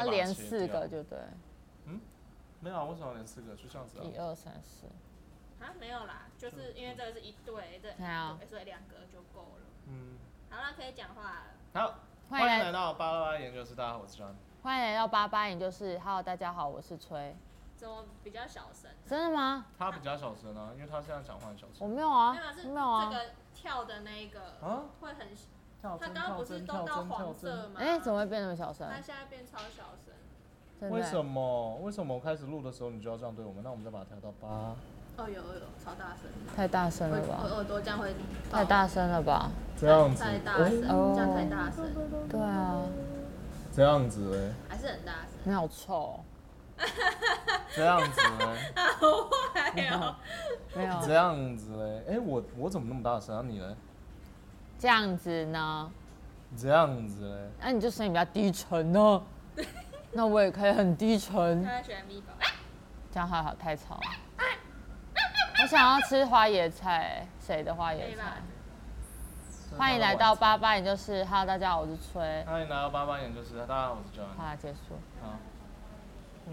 把它连切四掉个就对，没有啊，为什么要连四个？就这样子啊。一二三四，啊，没有啦，就是因为这是一对，这对啊对，所以两格就够了。嗯，好了，可以讲话了。好，欢欢迎迎来来到巴拉巴拉研究室，大家好，我是 John。欢迎来到八八，也就是 Hello，大家好，我是崔。怎么比较小声？真的吗？他比较小声啊，因为他现在讲话很小我声。没有啊没有，是，没有啊这。个跳的那一个啊哦会很，跳他针刚刚不是都到黄色？吗？哎，怎么会变那么小声？他现在变超小声？真的为什么？为什么我开始录的时候你就要这样对我们？那我们再把它调到八。哦，有有有，超大声。太大声我了吧？我耳朵这样会太大声了吧？这样子太大声，哦这样太大声，对啊，这样子哎、还是很大 声。你好臭哦。这样子哎、哎呦， 没有这样子哎、哎、我我怎么那么大声啊？你呢？这样子呢？这样子哎、那你就声音比较低沉呢。那我也可以很低沉他，在学咪宝。这样还好，太吵了。我想要吃花椰菜，谁的花可椰以吧菜？欢迎来到八八，也就是 Hello，大家好，我是崔。欢迎来到八八研究室，大家好，我是 John。好啦，结束。好，